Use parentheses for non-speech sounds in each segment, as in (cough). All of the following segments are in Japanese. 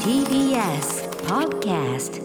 TBS Podcast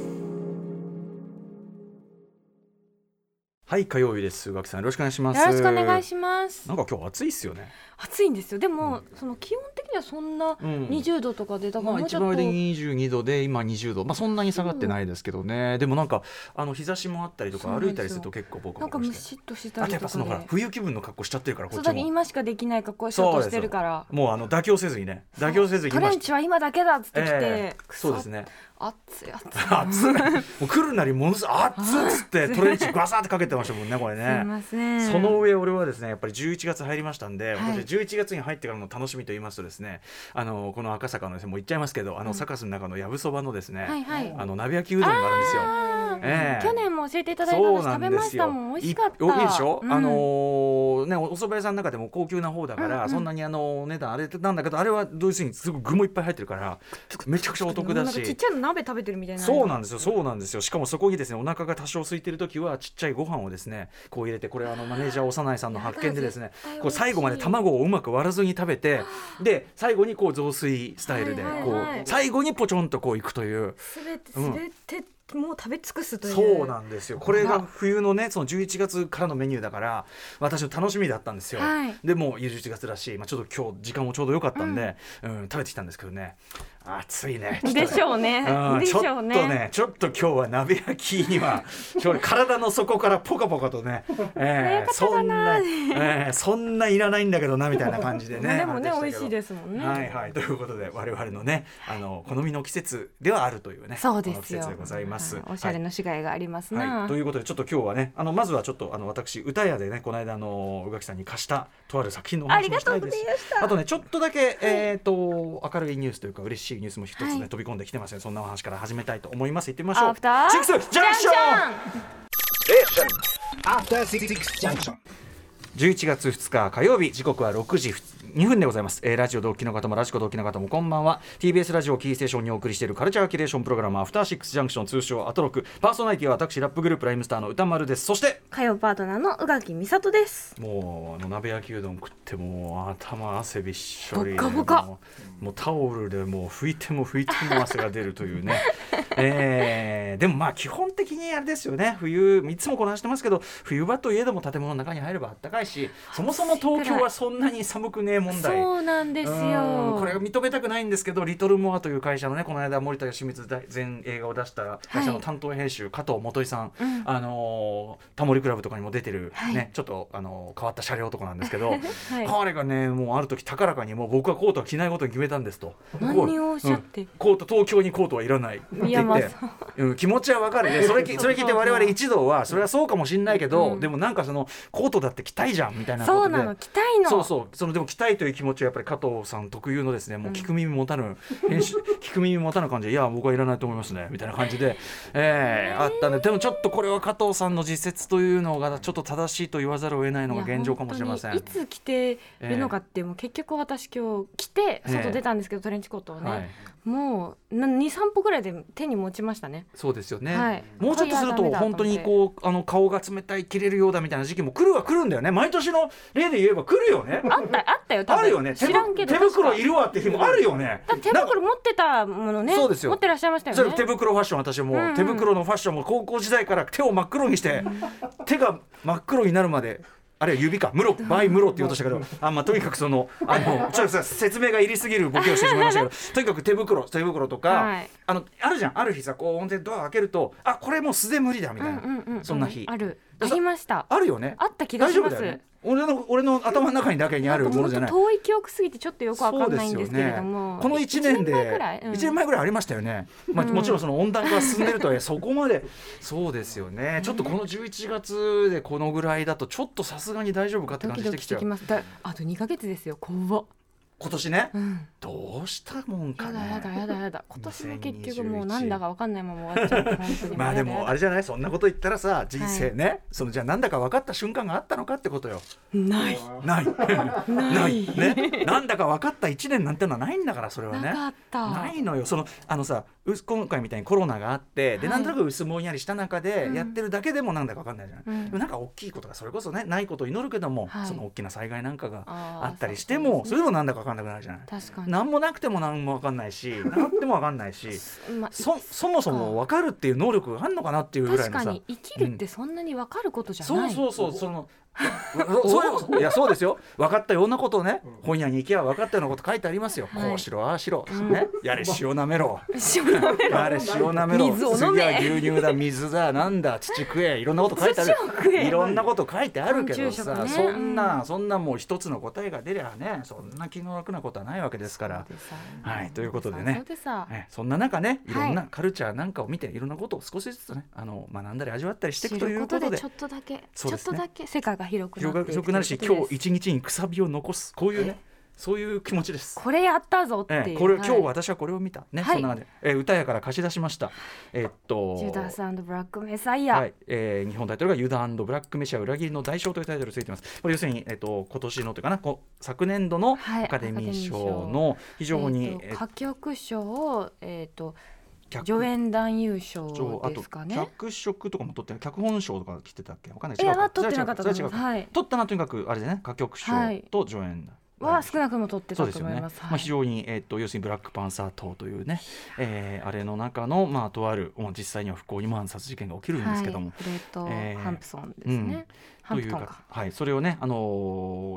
はい火曜日です宇垣さんよろしくお願いしますよろしくお願いしますなんか今日暑いっすよね暑いんですよでも、その気温的にはそんなうん20度とかでだからまあもうち一ょっと、番上で22度で今20度まあそんなに下がってないですけどね、でもなんかあの日差しもあったりとそうかなんです歩よいたりすると結構僕なもんかムシッとしたあとりやっぱとかそのほらで冬気分の格好しちゃってるからこそうっちだけも今しかできない格好をしようそとうしてるからもうあの妥協せずにね妥協せずト今レンチは今だけだっつってきて、ええくそそうですね (laughs) 暑い暑い暑いもう来るなりものすごい暑っつっ (laughs) てトレンチガサってかけてましたもんねこれすいねませんその上俺はですねやっぱり11月入りましたんで、はい私11月に入ってからの楽しみと言いますとですねあのこの赤坂のですねもう行っちゃいますけどあのサカスの中のやぶそばのですね、はいはいあの鍋焼きうどんがあるんですよ。あーええ去年も教えていただいたのそうでな食べんでましすたよ。もん美味しかったいいいでしょ、うんあのーねおお蕎麦屋さんの中でも高級な方だから、うんうんそんなにあの値段あれなんだけどあれはどういうふうにすごい具もいっぱい入ってるからめちゃくちゃお得だなんかちっしち。ゃいの鍋食べてるみたいなそうなんですよそうなんですよしかもそこにですねお腹が多少空いてる時はちっちゃいご飯をですねこう入れてこれあのマネージャー長内さんの発見でですね絶対美味しいこう最後まで卵をうまく割らずに食べてで最後にこう雑炊スタイルでこはいう、はいはい最後にポチョンとこういくというすべてうんすべて、もう食べ尽くすというそうなんですよこれが冬のねその11月からのメニューだから私の楽しみだったんですよ、はいでもう11月だし、まあ、ちょっと今日時間もちょうど良かったんで、うん食べてきたんですけどね暑いねちょっとねでしょうねうんでしちょっょとうねちょっと今日は鍋焼きに (laughs) はちょっと体の底からポカポカとね、えー、そんな、えーそんないらないんだけどなみたいな感じでねまあでもね話たけ美ど味しいですもんね、はいはいということで我々のねあの好みの季節ではあるというねそうですよこの季節でございます。はいおしゃれのしがいがありますな、はい、ということでちょっと今日はねあのまずはちょっとあの私歌屋でねこの間あの宇垣さんに貸したとある作品のお話もしたいですありがとうございましたあとねちょっとだけ、えっ、と明るいニュースというか嬉しいニュースも一つね、はい飛び込んできてますねそんなお話から始めたいと思います行ってみましょうアフターシックスジャンクション After Six Junction. 11月2日火曜日時刻は6時2分でございます、えーラジオ同期の方もラジコ同期の方もこんばんは TBS ラジオをキーステーションにお送りしているカルチャーキュレーションプログラムアフターシックスジャンクション通称アトロクパーソナリティは私ラップグループライムスターの歌丸ですそして火曜パートナーの宇垣美里ですもうあの鍋焼きうどん食ってもう頭汗びっしょりぼっかぼかもうもうタオルでもう拭いても拭いても汗が出るというね、 (laughs) えーでもまあ基本的にあれですよね冬いつもこなしてますけど冬場といえども建物の中に入ればあったかいしそもそも東京はそんなに寒くねえ問題そうなんですうよんこれが認めたくないんですけどリトルモアという会社のねこの間森田芳光大全映画を出した会社の担当編集、加藤元井さん、うんあのータモリクラブとかにも出てる、はいねちょっと、あのー変わった車両男なんですけ (laughs) ど、い彼がねもうある時高らかにもう僕はコートは着ないことに決めたんですと何をおっしゃってうんコート東京にコートはいらないって言っていやまあうん、気持ちはわかるねそ (laughs) れきそれ聞いて我々一同はそれはそうかもしれないけど、うんでもなんかそのコートだって着たいじゃんみたいなことでそうなの期待のそうそうそのでも来たいという気持ちはやっぱり加藤さん特有のですねもう聞く耳持たぬ、編 (laughs) 集聞く耳持たぬ感じでいや僕はいらないと思いますねみたいな感じで、えーあったねでもちょっとこれは加藤さんの実説というのがちょっと正しいと言わざるを得ないのがいや現状かもしれません。本当にいつ着てるのかって、もう結局私今日着て外出たんですけど、トレンチコートをね、はい、もう23歩ぐらいで手に持ちましたねそうですよね、はいもうちょっとするこれとはダメだ本当にこうあの顔が冷たい切れるようだみたいな時期も来るは来るんだよね毎年の例で言えば来るよねあったあったよ多あ分るよね手知らんけぶど手袋い確かるわって日もあるよねだって手袋持ってたものねそうですよ持ってらっしゃいましたよそねれ手袋ファッション私も、うんうん手袋のファッションも高校時代から手を真っ黒に (laughs) して手が真っ黒になるまで。あれは指か、ム (laughs) ロ、バイムロって言おうとしたけど、あ、まあ、とにかくその、あの、ちょっとさ説明が入りすぎるボケをしてしまいまし (laughs) たけど。とにかく手袋、手袋とか、はいあの、あるじゃん、ある日さ、こう、本当にドア開けると、あ、これもう素で無理だみうたいんな、うんうんうんそんな日。あるあだからりましたあるよね。あった気がしま大丈す夫だよね。俺の、俺の頭の中にだけにあるものじゃない。遠い記憶すぎてちょっとよくわかんないんそうですですけれども、よね、この1年で一前くらい、うん1年前ぐらいありましたよね、まあ、うんもちろんその温暖化が進んでるとはいえそこまでそうですよねちょっとこの11月でこのぐらいだとちょっとさすがに大丈夫かってド感じしキドてキきしちてゃきうますだあと2ヶ月ですよ怖っ今年ねうんどうしたもんかやだやだねやだやだ今年も結局も2021うなんだかわかんないまま終わっちゃう本当にまあでもあれれじゃないそんなこと言ったらさ人生ね、そのじゃあなんだか分かった瞬間があったのかってことよないない (laughs) なないいねなんだか分かった1年なんてのはないんだからそれはねなかったないのよそのあのさう今回みたいにコロナがあって、はでいなんとなく薄ぼんやりした中でうんやってるだけでもなんだか分かんないじゃない、うんでもなんか大きいことがそれこそねないことを祈るけども、はいその大きな災害なんかがあーあったりしてもそ,、そうですれねでもなんだか分かかんなくなるじゃない。確かに。何もなくても何も分かん (laughs) ないし何でも分かんないしまあそそもそも分かるっていう能力があんのかなっていうぐらい確のかさに生きるってそんなに分かることじゃそなうい、そうそうその (laughs) そういやそうですよ分かったようなことをね本屋に行けば分かったようなこと書いてありますよ、はいこうしろああしろ、うんね、やれ塩なめろ (laughs) しばらく (laughs) やれ塩なめろ水を飲次はめ牛乳だ水だなんだ土食えいろんなこと書いてあ土を食るえいろんなこと書いてあるけど昆さ、虫食そねんな、うんそんなもう一つの答えが出りゃねそんな気の楽なことはないわけですから。そうでさはいということでねそうでさねそんな中ねいろんなはカルチャーなんかを見て、い、ろんなことを少しずつねあの学んだり味わったりしてい知くといるうここととででちょっとだけ、ちそうょでっすねとだけ世界が広くな広がっていく広くなるしという今こと日で一す日にくさびを残すこういうねそういう気持ちです。これやったぞっていう、ええこれ、はい今日私はこれを見たね、はいそんな感じで、えー歌やから貸し出しました。えーっとジュダスブラックメサイア、はいえー日本タイトルが「ユダブラックメシア裏切りの代償」というタイトルついてます。これ要するに、えーっと今年のというかなこ昨年度のはいアカデミーアカデミー賞賞の非常に、ええーとー歌曲賞をえっ、と脚助演男優賞あでとすかね脚色とかも取ってる脚本賞とか来てたっけわかんないいやは取ってなかったそとれは思違かいうますはい取ったなとにかくあれでね歌曲賞はいと助演は少なくとも取ってそうでたとすよ思いね。まますあ非常にえっ、と要するにブラックパンサー党というね、えー、あれの中のまあとあるまあ実際には不幸今暗殺事件が起きるんですけども、はい、フレート、えーハンプソンですね、うんハンとプいうトンかかはいそれをねあの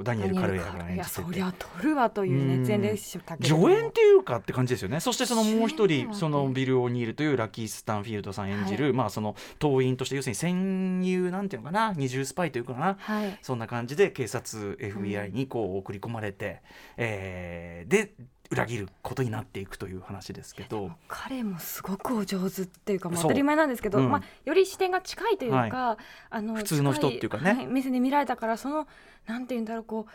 ーダニエルカルエアがい演やじてそてりゃ取るわといううん熱演練習だけれども助演っていうかって感じですよねそしてそのもう一主演人なわけそのビル・オニールというラッキー・スタンフィールドさん演じる、まあその党員として要するに戦友なんていうのかな二重スパイというかなはいそんな感じで警察う FBI にこう送り込まれて、えーで裏切ることになっていくという話ですけど。彼もすごくお上手っていうか、まあ、そう当たり前なんですけど、うんまあ、より視点が近いというか、はあの普通の人っていうかね近は目線で見られたからそのなんて言うんだろうこう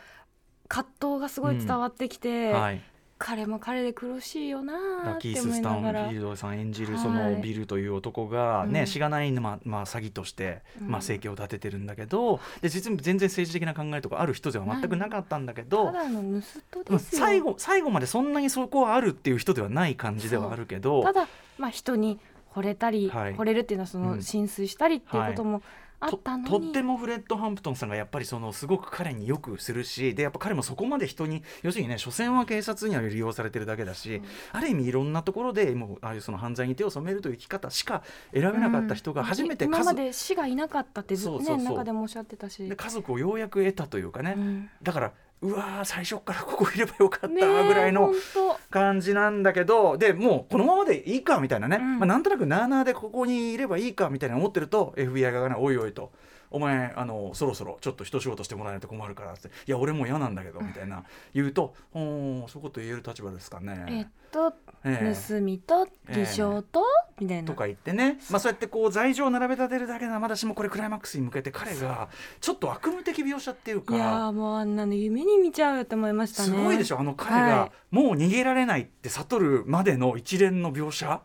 葛藤がすごい伝わってきて、はい、彼も彼で苦しいよなーラっキーてス・思いスタなンフがィらールドさん演じるはいそのビルという男が、ねうんしがない、ままあ、詐欺として、うんまあ、生計を立ててるんだけどで実に全然政治的な考えとかある人では全くなかったんだけどた、だの盗人うんですよ最後最後までそんなにそこはあるっていう人ではない感じではあるけどただ、まあ、人に惚れたり、はい惚れるっていうのはそうんの浸水したりっていうこともあとったのに、とってもフレッド・ハンプトンさんがやっぱりそのすごく彼によくするしでやっぱ彼もそこまで人に要するにね所詮は警察には利用されてるだけだし、うんある意味いろんなところでもうああいうその犯罪に手を染めるという生き方しか選べなかった人が初めてうん家今ま族,、で死がいなかったってずそうそうそうね中でもおっしゃってたし、で家族をようやく得たというかね、うんだからうわー最初からここいればよかったねえぐらいの本当感じなんだけどでもうこのままでいいかみたいなね、うんまあ、なんとなくなあなあでここにいればいいかみたいな思ってると FBI 側がねおいおいと。お前あのそろそろちょっと一仕事してもらえないと困るからって「いや俺もう嫌なんだけど」みたいな言うと「ほーそういうこと言える立場ですかえっね」と、ええ盗みと偽証と、みたいなとか言ってね、まあ、そうやってこう罪状を並べ立てるだけならまだしもこれクライマックスに向けて彼がちょっと悪夢的描写っていういやかーもうあんなの夢に見ちゃうよって思いましたねすごいでしょょあの彼がはもう逃げられないって悟るまでの一連の描写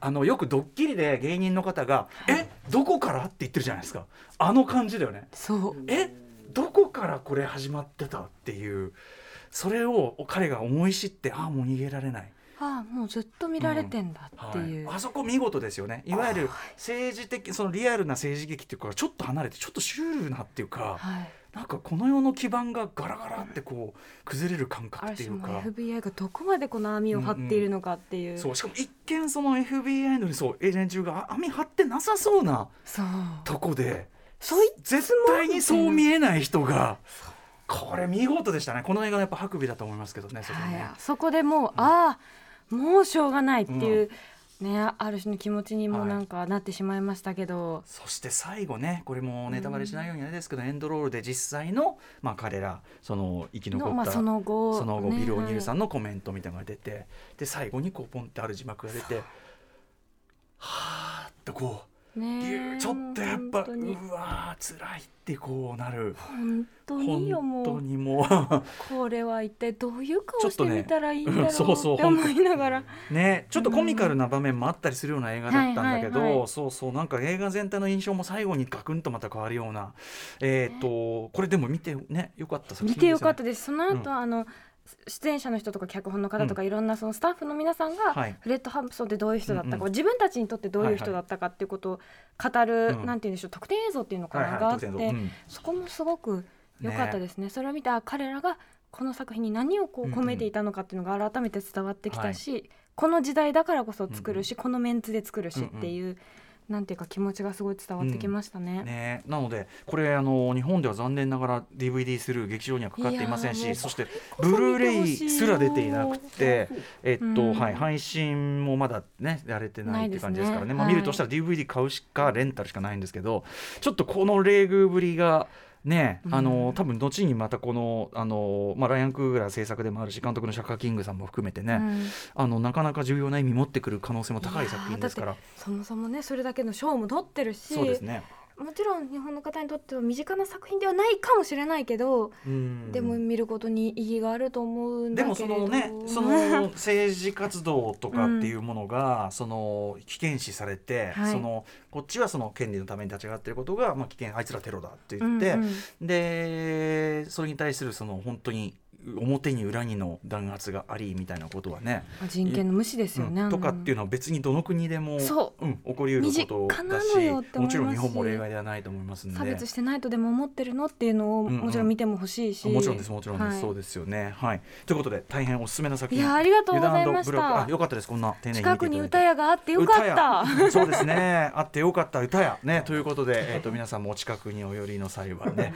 あのよくドッキリで芸人の方が「えどこから?」って言ってるじゃないですかあの感じだよね。そうえどこからこれ始まってたっていうそれを彼が思い知ってああもう逃げられない。ああもうずっと見られてんだはっていう、い、あそこ見事ですよねいわゆるは政治的そのリアルな政治劇っていうかちょっと離れてちょっとシュールなっていうかはいなんかこの世の基盤がガラガラってこう崩れる感あ覚っるてい種うもか。 FBI がどこまでこの網を張っているのかっていう、そうしかも一見その FBI のにそうエージェントが網張ってなさそうなそうとこでそうい絶対にそう見えない人がこれ見事でしたねこの映画のやっぱハクビだと思いますけどねそれははいねあ。そこでもう、ああもうしょうがないっていう、ねある種の気持ちにもなんかなってしまいましたけど、そして最後ねこれもネタバレしないようにあれですけど、エンドロールで実際の、まあ、彼らその生き残のった、まあ、その後その後、ビル・オニールさん、んのコメントみたいなのが出てで最後にこうポンってある字幕が出てはあってこうねぎゅーちょっとやっぱ本当にうわー辛いってこうなる本当によ本も当うにもこれは一体どういちうょ顔っしとてねみたらいいんだろううんそうそうって思いながら、う (laughs) ねちょっとコミカルな場面もあったりするような映画だったんだけど、はいはいはいそうそうなんか映画全体の印象も最後にガクンとまた変わるようなえっ、とこれでも見てねよかった作品見ですてねよかったですその後、うんあの出演者の人とか脚本の方とかいろんなそのスタッフの皆さんが、はいフレッド・ハンプソンってどういう人だったか、うんうん自分たちにとってどういうはい人はだったかっていうことを語る、うんなんて言うんでしょう特典映像っていうのかな、はいはいがあっ特て、典映像うんそこもすごく良かったですねそれを見てあ彼らがこの作品に何をこううんうん込めていたのかっていうのが改めて伝わってきたし、この時代だからこそ作るし、このメンツで作るしっていう、なんていうか気持ちがすごい伝わってきましたね。ね、なのでこれあの日本では残念ながら DVD する劇場にはかかっていませんいやしーそしてブこそルー見てレほイしいよすら出ていなくて、えっとうんはい、配信もまだ、ね、やれてなないっいでてすね感じですからねまあ、はい見るとしたら DVD 買うしかレンタルしかないんですけどちょっとこの冷遇ぶりが。ねうんあの多分後にまたこのあの、まあ、ライアン・クーグラー制作でもあるし監督のシャッカー・キングさんも含めてね、うんあのなかなか重要な意味持ってくる可能性も高い作品ですからいやーだってそもそもねそれだけの賞も取ってるしそうですね、もちろん日本の方にとっては身近な作品ではないかもしれないけど、うん、でも見ることに意義があると思うんだでけれもどそのねそ (laughs) の政治活動とかっていうものが、その危険視されて、はいそのこっちはその権利のために立ち上がってることが、まあ、危険あいつらテロだって言って、うんうんでそれに対するその本当に表に裏にの弾圧がありみたいなことはね、人権の無視ですよね、うんとかっていうののは別にどの国でもそん、起こりうること身だ近なのしよって思いますしもちろん日本も例外ではないと思いますんで差別してないとでも思ってるのっていうのをうんうんもちろん見てもほしいし、あもちろんですもちろんです、はいそうですよねはいということで大変おすすめの作い品やありがとうござい油断まとしブロックあたよかったですこんな丁寧に見ていただ近いてくに歌屋があってよかった歌やそうですねあってよかった歌やねということで、えー、と皆さんもお近くにお寄りの際はね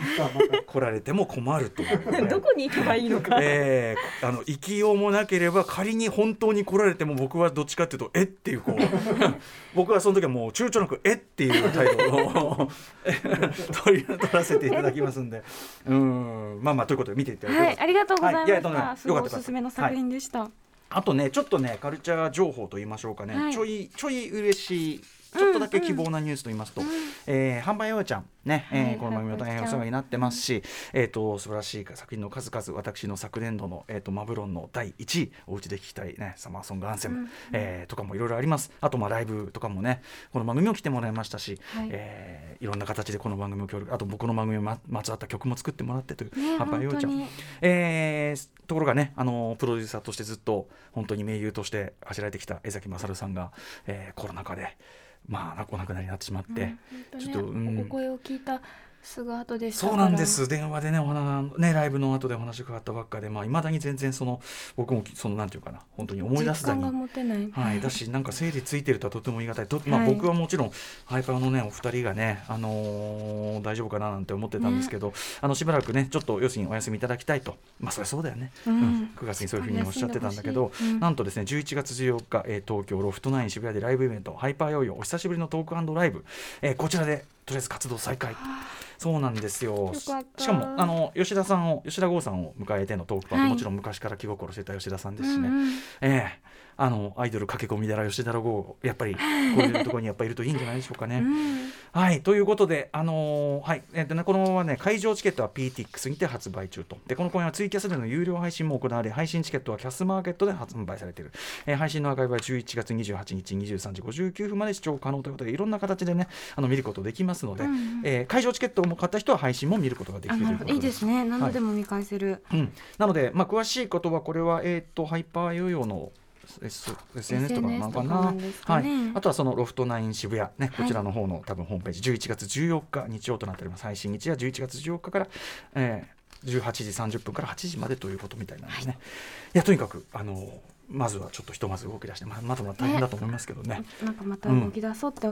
来られても困るという、ね (laughs) 、どこに行けばいいのか、えーあの行きようもなければ仮に本当に来られても僕はどっちかっていうとえっていうこう (laughs) 僕はその時はもう躊躇なくえっていう態度を (laughs) 取り取らせていただきますんでうんまあまあということで見ていただいて、はいありがとうございまはいいやしとた、んでもないすごいよかおったすすめの作品でした、あとねちょっとねカルチャー情報と言いましょうかね、はいちょいちょい嬉しいちょっとだけ希望なニュースと言いますと、えー販売およちゃんね、えーはいこの番組も大変お世話になってますし、えー、と素晴らしい作品の数々私の昨年度の、えー、とマブロンの第1位おうちで聴きたい、ね、サマーソングアンセム、うんうんえーとかもいろいろありますあとまあライブとかもねこの番組も来てもらいましたし、はいいえーいろんな形でこの番組を協力あと僕の番組にままつわった曲も作ってもらってという、ね販売およ本ち当ゃんにえーところがねあのプロデューサーとしてずっと本当に名優として走られてきた江崎勝さんが、えーコロナ禍で、まあ、お亡くなりになってしまっうんて、本当ちょねっとうんお声を聞いたすぐ後でしたそうなんです電話でねお話ねライブの後でお話伺ったばっかでいまあ、未だに全然その僕もそのなんていうかな本当に思い出すだ時間にが。持てない、はい、だしなんか整理ついてるとはとても言い難いと、まあ、はい僕はもちろんハイパーのねお二人がね、あのー大丈夫かななんて思ってたんですけど、あのしばらくねちょっと要するにお休みいただきたいとまあそりゃそうだよね、うん9月にそういうふうにおっしゃってたんだけど、うんうんなんとですね11月14日、えー東京ロフトナイン渋谷でライブイベントハイパーヨーヨーお久しぶりのトークライブ、えーこちらでとりあえず活動再開そうなんですよよしかったしかもあの吉田さんを吉田剛さんを迎えてのトークパート、はいもちろん昔から気心してた吉田さんですしね、うんうんええあのアイドル駆け込み寺吉田の号やっぱりこういうところにやっぱいるといいんじゃないでしょうかね。うんはいということで、あのーはいえっとね、このままね会場チケットは PTX にて発売中とでこの公演はツイキャスでの有料配信も行われ配信チケットはキャスマーケットで発売されている、えー配信のアーカイブは11月28日23時59分まで視聴可能ということでいろんな形でねあの見ることできますので、うんうんえー会場チケットも買った人は配信も見ることができあるというなるこほとどいいですね何度でも見返せる、うん、なので、まあ、詳しいことはこれは、えー、とハイパーヨーヨーの S SNS とかなのかな SNS とかなんですかねはい、あとはそのロフトナイン渋谷、ね、いこちらの方の、多分ホームページ11月14日日曜となっております最新日は11月14日から、えー、18時30分から8時までということみたいなんですね。い、やとにかくあのまずはちょっとひとまず動き出してままだまだ大変だと思いますけどねなんかまた動き出そうって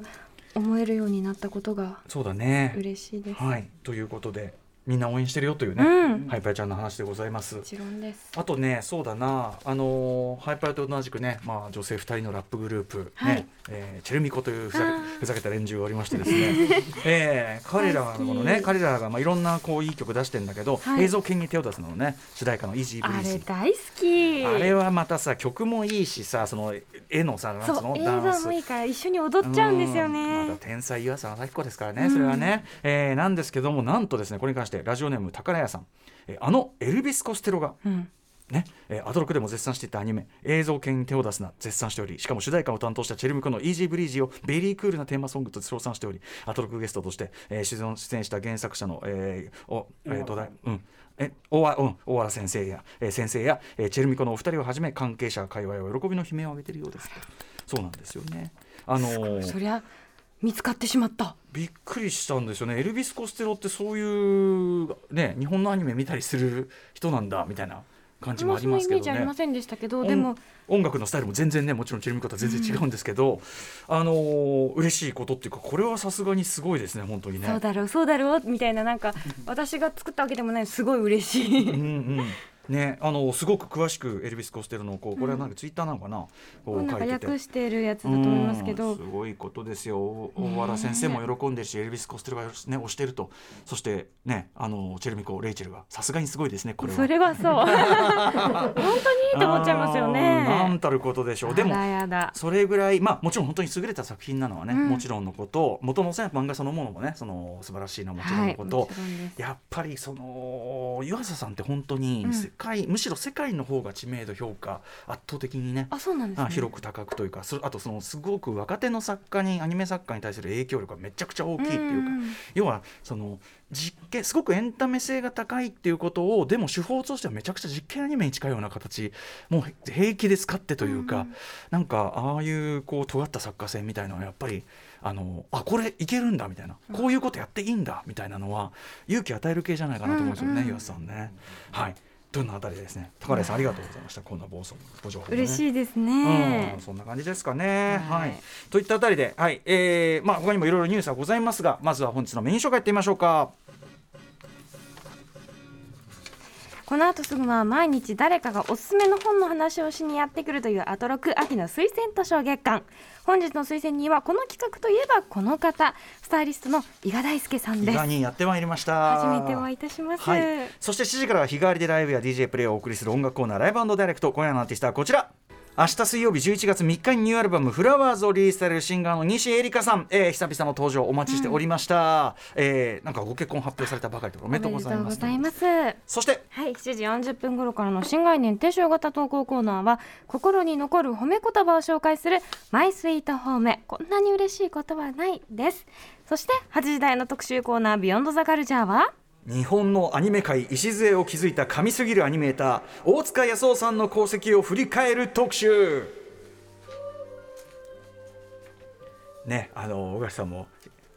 思えるようになったことがそうだね。嬉しいです、はい、ということでみんな応援してるよというね、うんハイパーちゃんの話でございますも。ちろんですあとね、そうだな、あのーハイパーと同じくね、まあ、女性2人のラップグループ、ねはいえーチェルミコというふざあけーふざけた連中がおりましてです (laughs) ね、えー彼らはこの大ね好き彼らが、まあ、いろんなこういい曲出してんだけど、はい映像権に手を出すののね主題歌の「イージーブリあーれズ大好きあれはまたさ曲もいいしさその絵のさなんつうそのう映ダン像スもいいから一緒に踊っちゃうんですようんまねた天才岩佐咲子ですからね、それはね、えーなんですけどもなんとですねこれに関してラジオネーム宝屋さん、えーあのエルビス・コステロがうんねえーアトロクでも絶賛していたアニメ「映像犬に手を出すな」絶賛しておりしかも主題歌を担当したチェルミコの「イージーブリージー」をベリークールなテーマソングと称賛しておりアトロクゲストとして、えー出演出演した原作者の、えーおえー、とだうんえ大和うん、大原先生や、えー先生や、えーチェルミコのお二人をはじめ関係者界隈は喜びの悲鳴を上げているようですそうなんですよねあのーそりゃ見つかってしまったびっくりしたんですよねエルビス・コステロってそういう、ね、日本のアニメ見たりする人なんだみたいな感じもありそのまイすメけージどありまね。せんでしたけどでも音楽のスタイルも全然ねもちろんチェルミコとは全然違うんですけど、あのー嬉しいことっていうかこれはさすがにすごいですね本当にね。そうだろうそうだろうみたいななんか私が作ったわけでもないすごい嬉しういんうんね、あのすごく詳しくエルビス・コステロのこうこれはなんかツイッターなのかな、こう (laughs) なん書かいてて訳してるやつだと思いますけうどんすごいことですよお大原先生も喜んでるし、エルビス・コステロが、ね、推してるとそしてねあのチェルミコレイチェルがさすがにすごいですねこれはそれ (laughs) はそう本当にいいと思っちゃいますよあーなんねたることでしょうでもやだやだそれぐらい、まあ、もちろん本当に優れた作品なのはね、うんもちろんのこと元の、ね、漫画そのものもねその素晴らしいのはもちろんのこと、はいもちろんですやっぱりその湯浅さんって本当にうん世界、むしろ世界の方が知名度評価圧倒的にねあそうなんですあね広く高くというかそれあとそのすごく若手の作家にアニメ作家に対する影響力がめちゃくちゃ大きいっていうか。ん要はその実験すごくエンタメ性が高いっていうことをでも手法としてはめちゃくちゃ実験アニメに近いような形もう平気で使ってというか、うんなんかああいうこう尖った作家性みたいなのはやっぱりあのあこれいけるんだみたいなこういうことやっていいんだみたいなのは勇気与える系じゃないかなと思うんですよね、うんうん岩瀬さんね。はいどんなあたりですね高橋さんありがとうございましたこんな暴走ご情報、ね、嬉しいですうねん、そんな感じですかね。は、はいいといったあたりで、はい、えー、まあ、他にもいろいろニュースはございますが、まずは本日のメイン紹介いってみましょうか。この後すぐは毎日誰かがおすすめの本の話をしにやってくるというアトロク秋の推薦図書月間本日の推薦にはこの企画といえばこの方スタイリストの伊賀大輔さん伊です賀にやってまいりました。初めてお会いいたします、はい、そして7時からは日替わりでライブや DJ プレイをお送りする音楽コーナーライブダイレクト今夜のアーティストはこちら明日水曜日11月3日にニューアルバム「フラワーズをリリースされるシンガーの西エリカさん、えー久々の登場お待ちしておりました、えーなんかご結婚発表されたばかりとおおめでとうございめでとうまごすざいますはそしてい7時40分頃からの新概念低唱型投稿コーナーは心に残る褒め言葉を紹介するマイスイート褒めこんなに嬉しいことはないですそして8時台の特集コーナービヨンドザカルチャーは日本のアニメ界礎を築いた神すぎるアニメーター大塚康夫さんの功績を振り返る特集ねあの小垣さんも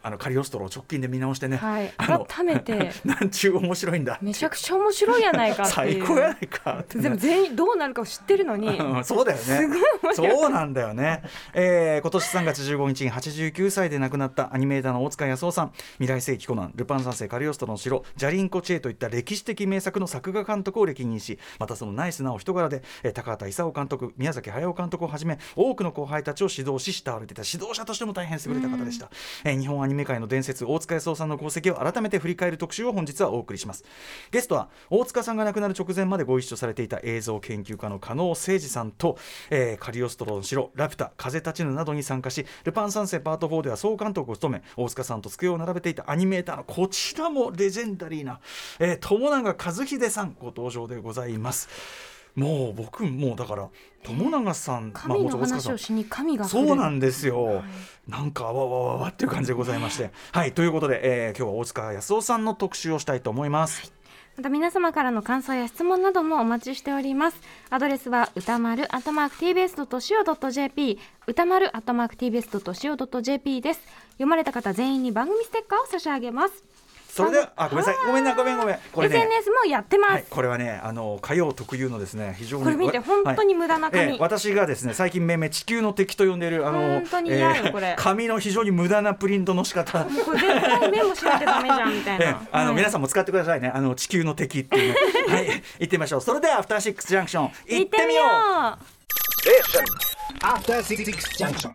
あのカリオストロを直近で見直してね、はいあの改めて (laughs) なんちゅう面白いんだめちゃくちゃ面白いやないかってい (laughs) 最う高やないかってねでも全員どうなるかを知ってるの (laughs) にうんそうだよね。そうなんだよね。えー今年3月15日に89歳で亡くなったアニメーターの大塚康夫さん、未来世紀コナン、ルパン三世カリオストロの城、ジャリンコチェといった歴史的名作の作画監督を歴任し、またそのナイスなお人柄で、えー高畑勲監督、宮崎駿監督をはじめ、多くの後輩たちを指導し慕われていた指導者としても大変優れた方でした。えー日本アニメ界の伝説、大塚康夫さんの功績を改めて振り返る特集を本日はお送りします。ゲストは大塚さんが亡くなる直前までご一緒されていた映像研究家の加納誠二さんと、えーカリオストロの城ラピュタ風立ちぬなどに参加しルパン三世パート4では総監督を務め大塚さんと机を並べていたアニメーターのこちらもレジェンダリーな、えー友永和秀さんご登場でございますもう僕もうだから友永さん、まあ神の話をしに神が来るそうなんですよ、なんかわわわわっていう感じでございまして、はいということで、えー今日は大塚康夫さんの特集をしたいと思います、また皆様からの感想や質問などもお待ちしております。アドレスは歌丸アットマーク tbs.co.jp 歌丸アットマーク tbs.co.jp です。読まれた方全員に番組ステッカーを差し上げます。それではあごめんなさいごめんなごめんごめんこれね SNS もやってます。はい、これはねあの火曜特有のですね非常にこれ見てわ本当に無駄な紙ええ私がですね最近命名地球の敵と呼んでいるあの本当に嫌よこ (laughs) れ紙の非常に無駄なプリントの仕方もうこれ絶対メモしなきゃダメじゃんみたいええな。あの、皆ささんも使ってくださいねあの地球の敵っていうね (laughs) はい行ってみましょうそれではアフターシックスジャンクション行ってみようう After Six Junction.